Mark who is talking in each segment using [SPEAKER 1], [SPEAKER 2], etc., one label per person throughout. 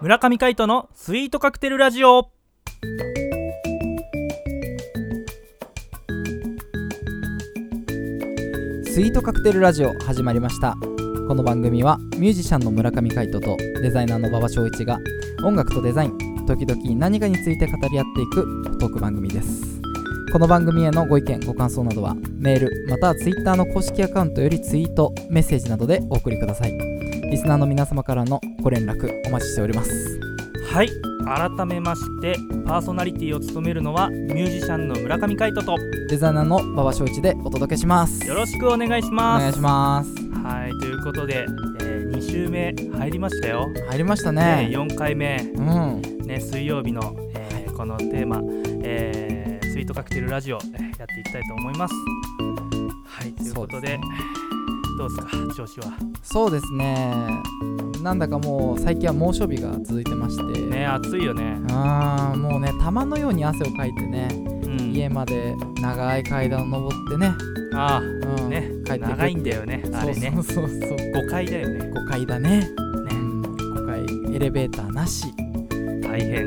[SPEAKER 1] 村上海人のスイートカクテルラジオ
[SPEAKER 2] スイートカクテルラジオ始まりましたこの番組はミュージシャンの村上海人とデザイナーの馬場翔一が音楽とデザイン時々何かについて語り合っていくトーク番組ですこの番組へのご意見ご感想などはメールまたはツイッターの公式アカウントよりツイートメッセージなどでお送りくださいリスナーの皆様からのご連絡お待ちしております
[SPEAKER 1] はい改めましてパーソナリティを務めるのはミュージシャンの村上海人と
[SPEAKER 2] デザイナーの馬場翔一でお届けします
[SPEAKER 1] よろしくお願いし
[SPEAKER 2] お
[SPEAKER 1] ます
[SPEAKER 2] 願いします
[SPEAKER 1] はいということで、え2週目入りましたよ、
[SPEAKER 2] 入りました
[SPEAKER 1] え
[SPEAKER 2] ね
[SPEAKER 1] 4回目
[SPEAKER 2] うん
[SPEAKER 1] ね、水曜日の、えーこのテーマ、えースイートカクテルラジオ、えーやっていきたいと思います。はい、ということで、
[SPEAKER 2] そう
[SPEAKER 1] どうですか、調子は。
[SPEAKER 2] そうですねなんだかもう最近は猛暑日が続いてまして、
[SPEAKER 1] ね、暑いよね。
[SPEAKER 2] あーもうね玉のように汗をかいてね、
[SPEAKER 1] うん、
[SPEAKER 2] 家まで長い階段を登ってね、
[SPEAKER 1] あ
[SPEAKER 2] う
[SPEAKER 1] あ、
[SPEAKER 2] ん、
[SPEAKER 1] ね、
[SPEAKER 2] 帰ってく
[SPEAKER 1] 長いんだよね、あれね
[SPEAKER 2] そ。うそうそうそう
[SPEAKER 1] 5階だよね。
[SPEAKER 2] 5階だね、う
[SPEAKER 1] ね
[SPEAKER 2] ん、5階エレベーターなし、
[SPEAKER 1] 大変。
[SPEAKER 2] う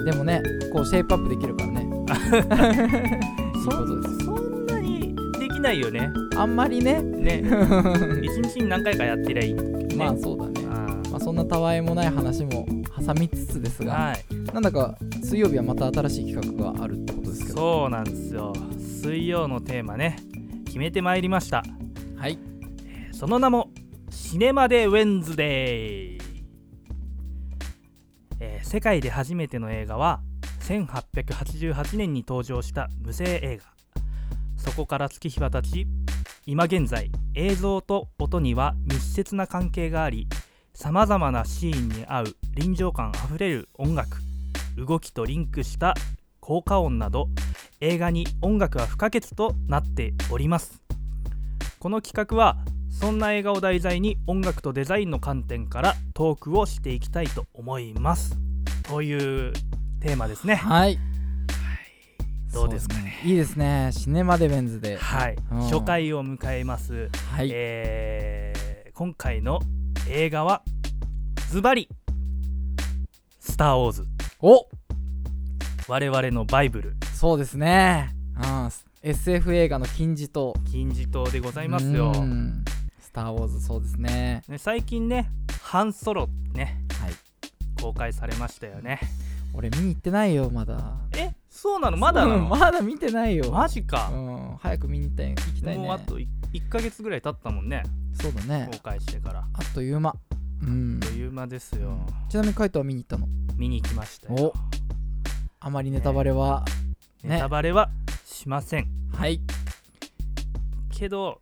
[SPEAKER 2] ん、でもねこうシェイプアップできる からねいい
[SPEAKER 1] そ
[SPEAKER 2] ことです
[SPEAKER 1] そんなにできないよね。
[SPEAKER 2] あんまりね
[SPEAKER 1] ね、一日に何回かやってりゃいい。ね、
[SPEAKER 2] まあそうだね、
[SPEAKER 1] あ
[SPEAKER 2] まあ、そんなたわいもない話も挟みつつです
[SPEAKER 1] ー
[SPEAKER 2] が
[SPEAKER 1] はい。
[SPEAKER 2] なんだか水曜日はまた新しい企画があるってことですけど
[SPEAKER 1] そうなんですよ。水曜のテーマね、決めてまいりました。
[SPEAKER 2] はい
[SPEAKER 1] その名もシネマでウェンズデイ、えー世界で初めての映画は1888年に登場した無声映画そこから月日は経ち今現在映像と音には密接な関係がありさまざまなシーンに合う臨場感あふれる音楽動きとリンクした効果音など映画に音楽は不可欠となっておりますこの企画はそんな映画を題材に音楽とデザインの観点からトークをしていきたいと思いますというテーマですね
[SPEAKER 2] はい
[SPEAKER 1] どうですかね
[SPEAKER 2] そういいですねシネマデベンズで
[SPEAKER 1] はい
[SPEAKER 2] うん
[SPEAKER 1] 初回を迎えます、
[SPEAKER 2] はい、
[SPEAKER 1] えー今回の映画はズバリ「スター・ウォーズ
[SPEAKER 2] お」
[SPEAKER 1] 我々のバイブル
[SPEAKER 2] そうですね、うん、SF 映画の金字塔
[SPEAKER 1] 金字塔でございますよ、
[SPEAKER 2] うんスター・ウォーズそうですね
[SPEAKER 1] ね、最近ね「ハンソロ」ね
[SPEAKER 2] はい
[SPEAKER 1] 公開されましたよね
[SPEAKER 2] 俺見に行ってないよまだ
[SPEAKER 1] えそうなのまだな
[SPEAKER 2] う
[SPEAKER 1] の
[SPEAKER 2] んまだ見てないよ
[SPEAKER 1] マジか、
[SPEAKER 2] うん、早く見に行ったい行きたい
[SPEAKER 1] もうあ
[SPEAKER 2] ね
[SPEAKER 1] と1か月ぐらい経ったもんね
[SPEAKER 2] そうだね
[SPEAKER 1] 公開してからあ
[SPEAKER 2] あっという間うん
[SPEAKER 1] っという間ですよ
[SPEAKER 2] ちなみにカイトは見に行ったの
[SPEAKER 1] 見に行きましたよ
[SPEAKER 2] おあまりネタバレは、ね
[SPEAKER 1] ネタバレはしません
[SPEAKER 2] はい
[SPEAKER 1] けど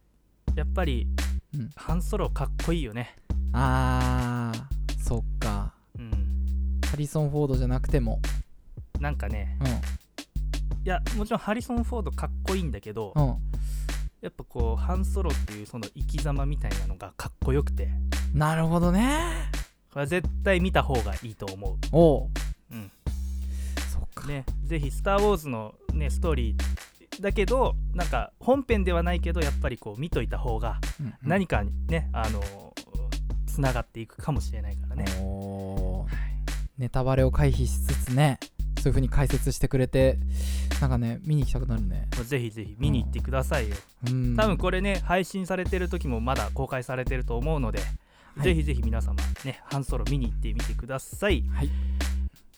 [SPEAKER 1] やっぱり、
[SPEAKER 2] うん
[SPEAKER 1] ハンソロかっこいいよね
[SPEAKER 2] あーそっか
[SPEAKER 1] うん
[SPEAKER 2] ハリソン・フォードじゃなくても
[SPEAKER 1] なんかねいやもちろんハリソン・フォードかっこいいんだけど、
[SPEAKER 2] うんうん
[SPEAKER 1] やっぱこうハンソロっていうその生き様みたいなのがかっこよくて
[SPEAKER 2] なるほどね
[SPEAKER 1] これは絶対見た方がいいと思う
[SPEAKER 2] おう
[SPEAKER 1] うん
[SPEAKER 2] そっか
[SPEAKER 1] ね、ぜひ「スター・ウォーズ」の、ね、ストーリーだけどなんか本編ではないけどやっぱりこう見といた方が
[SPEAKER 2] うんうん
[SPEAKER 1] 何かにね、あのつながっていくかもしれないからね。
[SPEAKER 2] おーネタバレを回避しつつねそういう風に解説してくれてなんかね見に行きたくなるね
[SPEAKER 1] ぜひぜひ見に行ってくださいよ。
[SPEAKER 2] うん
[SPEAKER 1] 多分これね配信されてる時もまだ公開されてると思うので、
[SPEAKER 2] はい
[SPEAKER 1] ぜひぜひ皆様ねハンソロ見に行ってみてください。
[SPEAKER 2] はい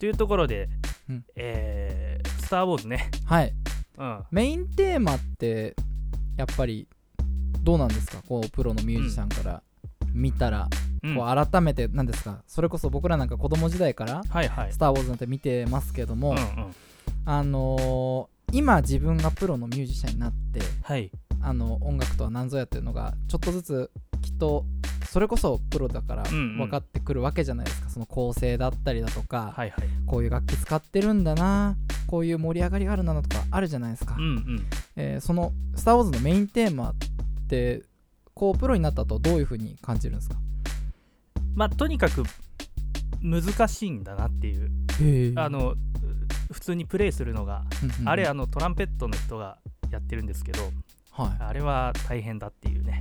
[SPEAKER 1] というところで「
[SPEAKER 2] うん
[SPEAKER 1] えースター・ウォーズね」
[SPEAKER 2] はい
[SPEAKER 1] うん
[SPEAKER 2] メインテーマってやっぱりどうなんですかこうプロのミュージシャンから見たら、
[SPEAKER 1] うん
[SPEAKER 2] こ
[SPEAKER 1] は
[SPEAKER 2] う改めて何ですかそれこそ僕らなんか子供時代から
[SPEAKER 1] いは
[SPEAKER 2] 「
[SPEAKER 1] い
[SPEAKER 2] ス。ター・ウォーズ」なんて見てますけども、
[SPEAKER 1] うんうん、
[SPEAKER 2] あのー今自分がプロのミュージシャンになって
[SPEAKER 1] はい、
[SPEAKER 2] あの音楽とは何ぞやっていうのがちょっとずつきっとそれこそプロだから
[SPEAKER 1] うんうん
[SPEAKER 2] 分かってくるわけじゃないですか、その構成だったりだとか、
[SPEAKER 1] はいはい。
[SPEAKER 2] こういう楽器使ってるんだなこういう盛り上がりがあるんだなとかあるじゃないですか、
[SPEAKER 1] うんうん。
[SPEAKER 2] えーその「スター・ウォーズ」のメインテーマってこうプロになったとどういうふうに感じるんですか
[SPEAKER 1] まあとにかく難しいんだなっていう、あ、のう普通にプレイするのが、
[SPEAKER 2] うんうんうん
[SPEAKER 1] あれあのトランペットの人がやってるんですけど
[SPEAKER 2] は
[SPEAKER 1] あれは大変だっていうね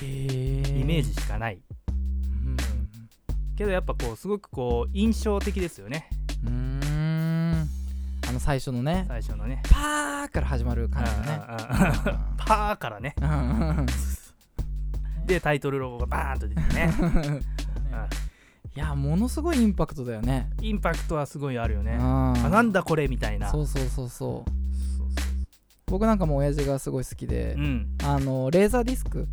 [SPEAKER 2] いへえ
[SPEAKER 1] イメージしかない
[SPEAKER 2] うん
[SPEAKER 1] けどやっぱこうすごくこう印象的ですよね
[SPEAKER 2] うーんあの最初のね
[SPEAKER 1] 最初のね
[SPEAKER 2] パーから始まる感じのね
[SPEAKER 1] うんうんうん パーからね
[SPEAKER 2] うんうん
[SPEAKER 1] でタイトルロゴがバーンと出て ね、
[SPEAKER 2] いやものすごいインパクトだよね
[SPEAKER 1] うんインパクトはすごいあるよ
[SPEAKER 2] う
[SPEAKER 1] ね
[SPEAKER 2] ん
[SPEAKER 1] あなんだこれみたいな
[SPEAKER 2] そうそうそうそう
[SPEAKER 1] そうそ
[SPEAKER 2] 僕なんかも親父がすごい好きで、
[SPEAKER 1] ううん
[SPEAKER 2] あのレーザーディスク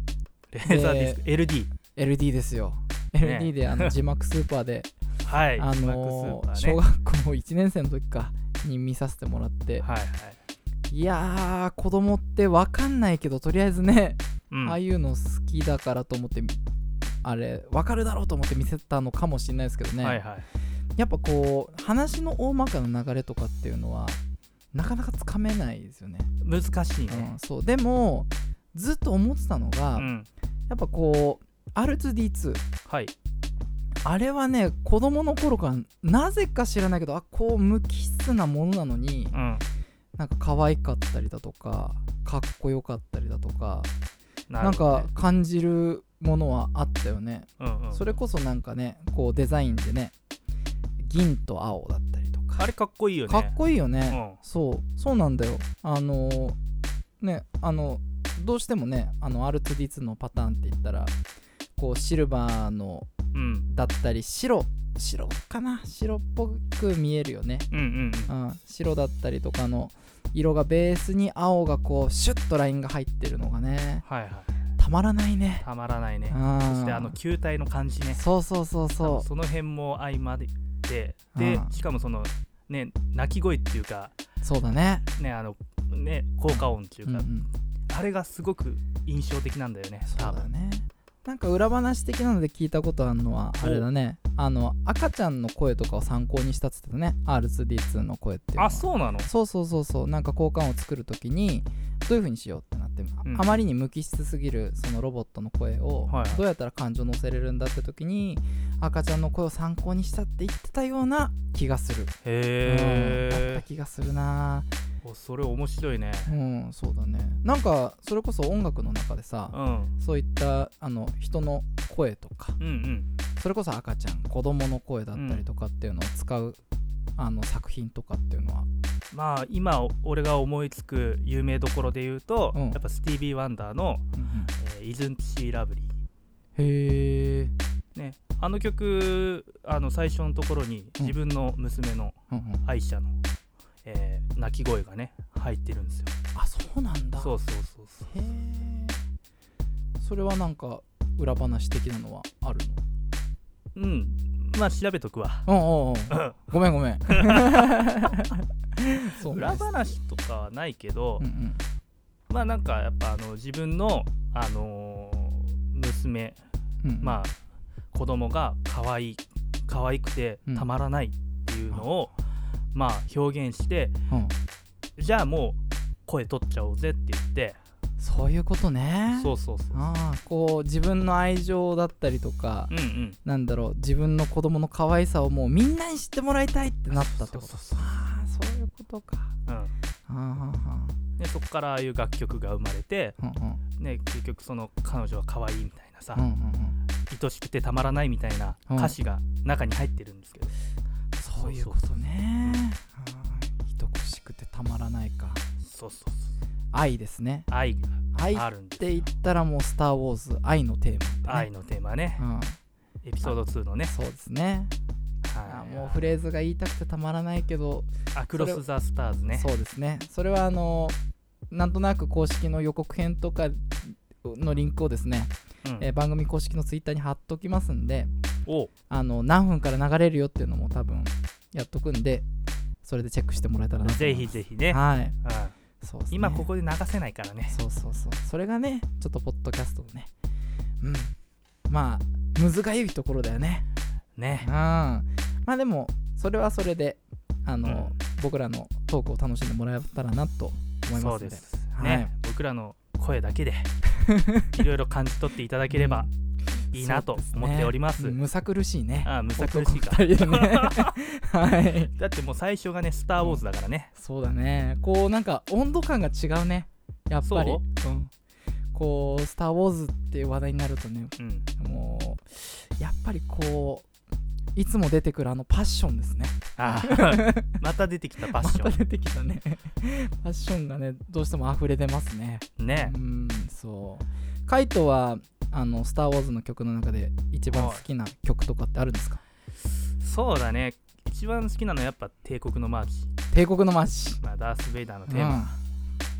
[SPEAKER 1] レーザーディスク LD
[SPEAKER 2] LD ですよ、
[SPEAKER 1] ね
[SPEAKER 2] LD で あの字幕スーパーで、
[SPEAKER 1] はい
[SPEAKER 2] あ
[SPEAKER 1] 字幕スー
[SPEAKER 2] の
[SPEAKER 1] パーね
[SPEAKER 2] 小学校1年生の時かに見させてもらって、
[SPEAKER 1] はいはい
[SPEAKER 2] い、やー子供ってわかんないけどとりあえずね、
[SPEAKER 1] うん
[SPEAKER 2] ああいうの好きだからと思ってあれわかるだろうと思って見せたのかもしれないですけどね、
[SPEAKER 1] はいはい
[SPEAKER 2] やっぱこう話の大まかな流れとかっていうのはなかなかつかめないですよね、
[SPEAKER 1] 難しいね
[SPEAKER 2] うん、そうでもずっと思ってたのが、
[SPEAKER 1] うん
[SPEAKER 2] やっぱこう R2D2
[SPEAKER 1] はい
[SPEAKER 2] あれはね子供の頃からなぜか知らないけどあこう無機質なものなのに
[SPEAKER 1] うん
[SPEAKER 2] なんか可愛かったりだとかかっこよかったりだとか
[SPEAKER 1] な
[SPEAKER 2] なん
[SPEAKER 1] るほど
[SPEAKER 2] か
[SPEAKER 1] ね
[SPEAKER 2] 感じるものはあったよね
[SPEAKER 1] うんうん
[SPEAKER 2] それこそなんかねこうデザインでね銀と青だったりとか
[SPEAKER 1] あれかっこいいよね
[SPEAKER 2] かっこいいよね、
[SPEAKER 1] うん
[SPEAKER 2] そうそうなんだよあのーねあのどうしてもねあの R2D2 のパターンって言ったらこうシルバーの
[SPEAKER 1] うん
[SPEAKER 2] だったり白白かな白っぽく見えるよね、
[SPEAKER 1] うんうん
[SPEAKER 2] うん、白だったりとかの色がベースに青がこうシュッとラインが入ってるのがね
[SPEAKER 1] はいはい
[SPEAKER 2] たまらないね
[SPEAKER 1] たまらないね
[SPEAKER 2] うん
[SPEAKER 1] そしてあの球体の感じね
[SPEAKER 2] そうそうそう
[SPEAKER 1] そ
[SPEAKER 2] そ
[SPEAKER 1] その辺も相まってで
[SPEAKER 2] うん
[SPEAKER 1] しかもそのね鳴き声っていうか
[SPEAKER 2] うそうだね
[SPEAKER 1] ねあのね効果音っていううんか、
[SPEAKER 2] うん
[SPEAKER 1] あれがすごく印象的なんだよね
[SPEAKER 2] そ
[SPEAKER 1] 多
[SPEAKER 2] うだ
[SPEAKER 1] 分
[SPEAKER 2] ねなんか裏話的なので聞いたことあるのはあれだねあの赤ちゃんの声とかを参考にしたっつってたね R2D2 の声っていうのは
[SPEAKER 1] あそうなの
[SPEAKER 2] そうそうそうそうなんか交換を作る時にどういう風にしようってなって、
[SPEAKER 1] ん
[SPEAKER 2] あまりに無機質すぎるそのロボットの声を
[SPEAKER 1] はいはい
[SPEAKER 2] どうやったら感情乗せれるんだって時に赤ちゃんの声を参考にしたって言ってたような気がする、うん、だった
[SPEAKER 1] へえ、
[SPEAKER 2] 気がするな
[SPEAKER 1] おそれ面白いね
[SPEAKER 2] うんそうだねなんかそれこそ音楽の中でさ
[SPEAKER 1] うんうん
[SPEAKER 2] そういったあの人の声とか
[SPEAKER 1] うん
[SPEAKER 2] それこそ赤ちゃん子供の声だったりとかっていうのを使う、あの作品とかっていうのは
[SPEAKER 1] まあ今俺が思いつく有名どころで言うと、
[SPEAKER 2] うん
[SPEAKER 1] やっぱスティービー・ワンダーの「えー、イズンティシー・ラブリー
[SPEAKER 2] へえ、」
[SPEAKER 1] ねあの曲あの最初のところに
[SPEAKER 2] うん
[SPEAKER 1] 自分の娘の
[SPEAKER 2] うんうん、
[SPEAKER 1] 愛車の、えー泣き声がね入ってるんですよ
[SPEAKER 2] あそうなんだ
[SPEAKER 1] そうそうそうそう
[SPEAKER 2] へえそれはなんか裏話的なのはある
[SPEAKER 1] うんまあ調べとくわ
[SPEAKER 2] のうんうんうん ごめんごめんそう
[SPEAKER 1] 裏
[SPEAKER 2] なんです
[SPEAKER 1] 話とかはないけど、
[SPEAKER 2] うんうん
[SPEAKER 1] まあなんかやっぱあの自分の、あのー娘、
[SPEAKER 2] うんうん
[SPEAKER 1] まあ子供が可愛い可愛くて
[SPEAKER 2] うん
[SPEAKER 1] たまらないっていうのを、まあ表現して
[SPEAKER 2] うん
[SPEAKER 1] じゃあもう声取っちゃおうぜって言って
[SPEAKER 2] そういうことね
[SPEAKER 1] そうそうそう
[SPEAKER 2] ああこう自分の愛情だったりとか
[SPEAKER 1] うんうん
[SPEAKER 2] なんだろう自分の子供の可愛さをもうみんなに知ってもらいたいってなったってこと
[SPEAKER 1] そうそうそう
[SPEAKER 2] ああそういうことか
[SPEAKER 1] うん
[SPEAKER 2] あーはんはん
[SPEAKER 1] でそこからああいう楽曲が生まれて、
[SPEAKER 2] うんうん
[SPEAKER 1] ね、結局その彼女は可愛いみたいなさ、
[SPEAKER 2] うんうんうん
[SPEAKER 1] 愛しくてたまらないみたいな歌詞が中に入ってるんですけど、
[SPEAKER 2] そういうことねはい愛しくてたまらないか
[SPEAKER 1] そうそうそう
[SPEAKER 2] 愛ですね
[SPEAKER 1] 愛が
[SPEAKER 2] 愛っ
[SPEAKER 1] あるんです
[SPEAKER 2] て言ったらもう「スター・ウォーズ」愛のテーマ、
[SPEAKER 1] 愛のテーマね、
[SPEAKER 2] うん、
[SPEAKER 1] エピソード2のね、
[SPEAKER 2] そうですね
[SPEAKER 1] は
[SPEAKER 2] あ
[SPEAKER 1] い、
[SPEAKER 2] もうフレーズが言いたくてたまらないけど、
[SPEAKER 1] アクロス・ザ・スターズね。
[SPEAKER 2] そうですねそれはあのなんとなく公式の予告編とかのリンクをですね、
[SPEAKER 1] うん
[SPEAKER 2] えー番組公式のツイッターに貼っときますんで
[SPEAKER 1] おう
[SPEAKER 2] あの何分から流れるよっていうのも多分やっとくんでそれでチェックしてもらえたらなと思
[SPEAKER 1] ぜ
[SPEAKER 2] います
[SPEAKER 1] ひぜひね、
[SPEAKER 2] はい
[SPEAKER 1] うん
[SPEAKER 2] そうですね
[SPEAKER 1] 今ここで流せないからね。
[SPEAKER 2] そうそうそうそれがねちょっとポッドキャストのねうんまあむずがゆいところだよねう
[SPEAKER 1] ね
[SPEAKER 2] ん。まあでもそれはそれであの、
[SPEAKER 1] うん
[SPEAKER 2] 僕らのトークを楽しんでもらえたらなと思います
[SPEAKER 1] そ
[SPEAKER 2] の
[SPEAKER 1] う
[SPEAKER 2] で
[SPEAKER 1] です。ね、僕らの声だ けでいろいろ感じ取っていただければいいなと思っております。
[SPEAKER 2] むさ苦しいね
[SPEAKER 1] ああ、むさ苦しいか。
[SPEAKER 2] 男二 人でねはい
[SPEAKER 1] だってもう最初がね、スター・ウォーズだからね。
[SPEAKER 2] そうだねこうなんか温度感が違うねやっぱり
[SPEAKER 1] そ
[SPEAKER 2] んこう「スター・ウォーズ」っていう話題になるとね
[SPEAKER 1] うん
[SPEAKER 2] もうやっぱりこういつも出てくるあのパッションですね
[SPEAKER 1] あー また出てきたパッシ
[SPEAKER 2] ま
[SPEAKER 1] ョ
[SPEAKER 2] た出てきたねパッションがねどうしても溢れ出ますね
[SPEAKER 1] ンね
[SPEAKER 2] うんそうカイトはあの「スター・ウォーズ」の曲の中で一番好きな曲とかってあるんですか
[SPEAKER 1] そうだね一番好きなのはやっぱ帝国のマーチ、
[SPEAKER 2] 帝国のマーチ
[SPEAKER 1] まあ、ダース・ベイダーのテーマ、
[SPEAKER 2] うん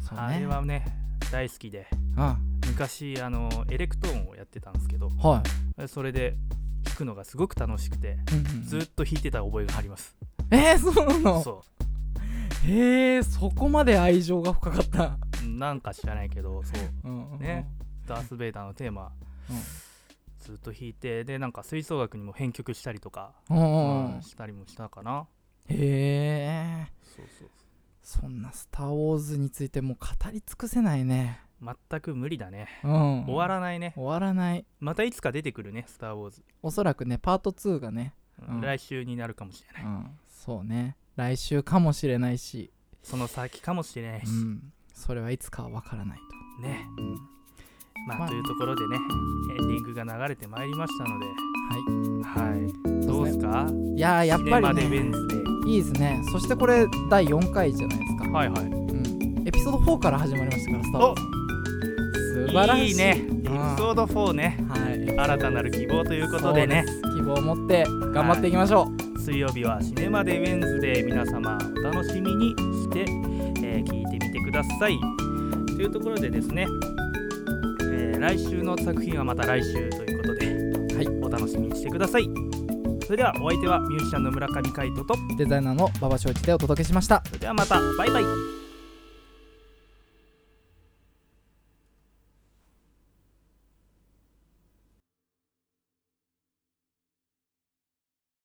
[SPEAKER 2] そうね
[SPEAKER 1] あれはね大好きで
[SPEAKER 2] うん
[SPEAKER 1] 昔あのエレクトーンをやってたんですけど
[SPEAKER 2] は
[SPEAKER 1] それで弾くのがすごく楽しくて
[SPEAKER 2] い、うんうん
[SPEAKER 1] ずっと弾いてた覚えがあります、
[SPEAKER 2] えー、そうなの
[SPEAKER 1] そ
[SPEAKER 2] へえそこまで愛情が深かった、
[SPEAKER 1] うなんか知らないけどそう
[SPEAKER 2] うんうんうん
[SPEAKER 1] ねダース・ベイダーのテーマ、
[SPEAKER 2] うん
[SPEAKER 1] ずっと弾いてでなんか吹奏楽にも編曲したりとか、
[SPEAKER 2] うんうんうん
[SPEAKER 1] うんしたりもしたかな
[SPEAKER 2] へえ
[SPEAKER 1] そうそう
[SPEAKER 2] そんな「スター・ウォーズ」についてもう語り尽くせないね、
[SPEAKER 1] 全く無理だね、
[SPEAKER 2] うん、
[SPEAKER 1] 終わらないね
[SPEAKER 2] 終わらない
[SPEAKER 1] またいつか出てくるね「スター・ウォーズ
[SPEAKER 2] おそらくねパート2がね、」うん
[SPEAKER 1] 来週になるかもしれない、
[SPEAKER 2] うん、そうね来週かもしれないし、
[SPEAKER 1] その先かもしれないし、
[SPEAKER 2] うん、それはいつかはわからない
[SPEAKER 1] ね
[SPEAKER 2] と、うん
[SPEAKER 1] ま
[SPEAKER 2] まあ
[SPEAKER 1] あというところでねエンディングが流れてまいりましたので
[SPEAKER 2] は
[SPEAKER 1] はい
[SPEAKER 2] い
[SPEAKER 1] どうですか
[SPEAKER 2] いやーやっぱり
[SPEAKER 1] シネマでベ
[SPEAKER 2] ね
[SPEAKER 1] ンズで
[SPEAKER 2] いいですねそしてこれ第4回じゃないですか、
[SPEAKER 1] はいはい
[SPEAKER 2] うん、エピソード4から始まりましたからスター・ウォーズ素晴らしい
[SPEAKER 1] いいねエ
[SPEAKER 2] ん
[SPEAKER 1] ピソード4ね
[SPEAKER 2] はい
[SPEAKER 1] 新たなる希望ということでね
[SPEAKER 2] そうす希望を持って頑張っていきましょう、
[SPEAKER 1] 水曜日はシネマデウェンズで皆様お楽しみにして、えー聞いてみてくださいというところでですね、えー来週の作品はまた来週ということで、
[SPEAKER 2] はい
[SPEAKER 1] お楽しみにしてくださいそれではお相手はミュージシャンの村上海人と
[SPEAKER 2] デザイナーの馬場正一でお届けしました
[SPEAKER 1] それではまたバイバイ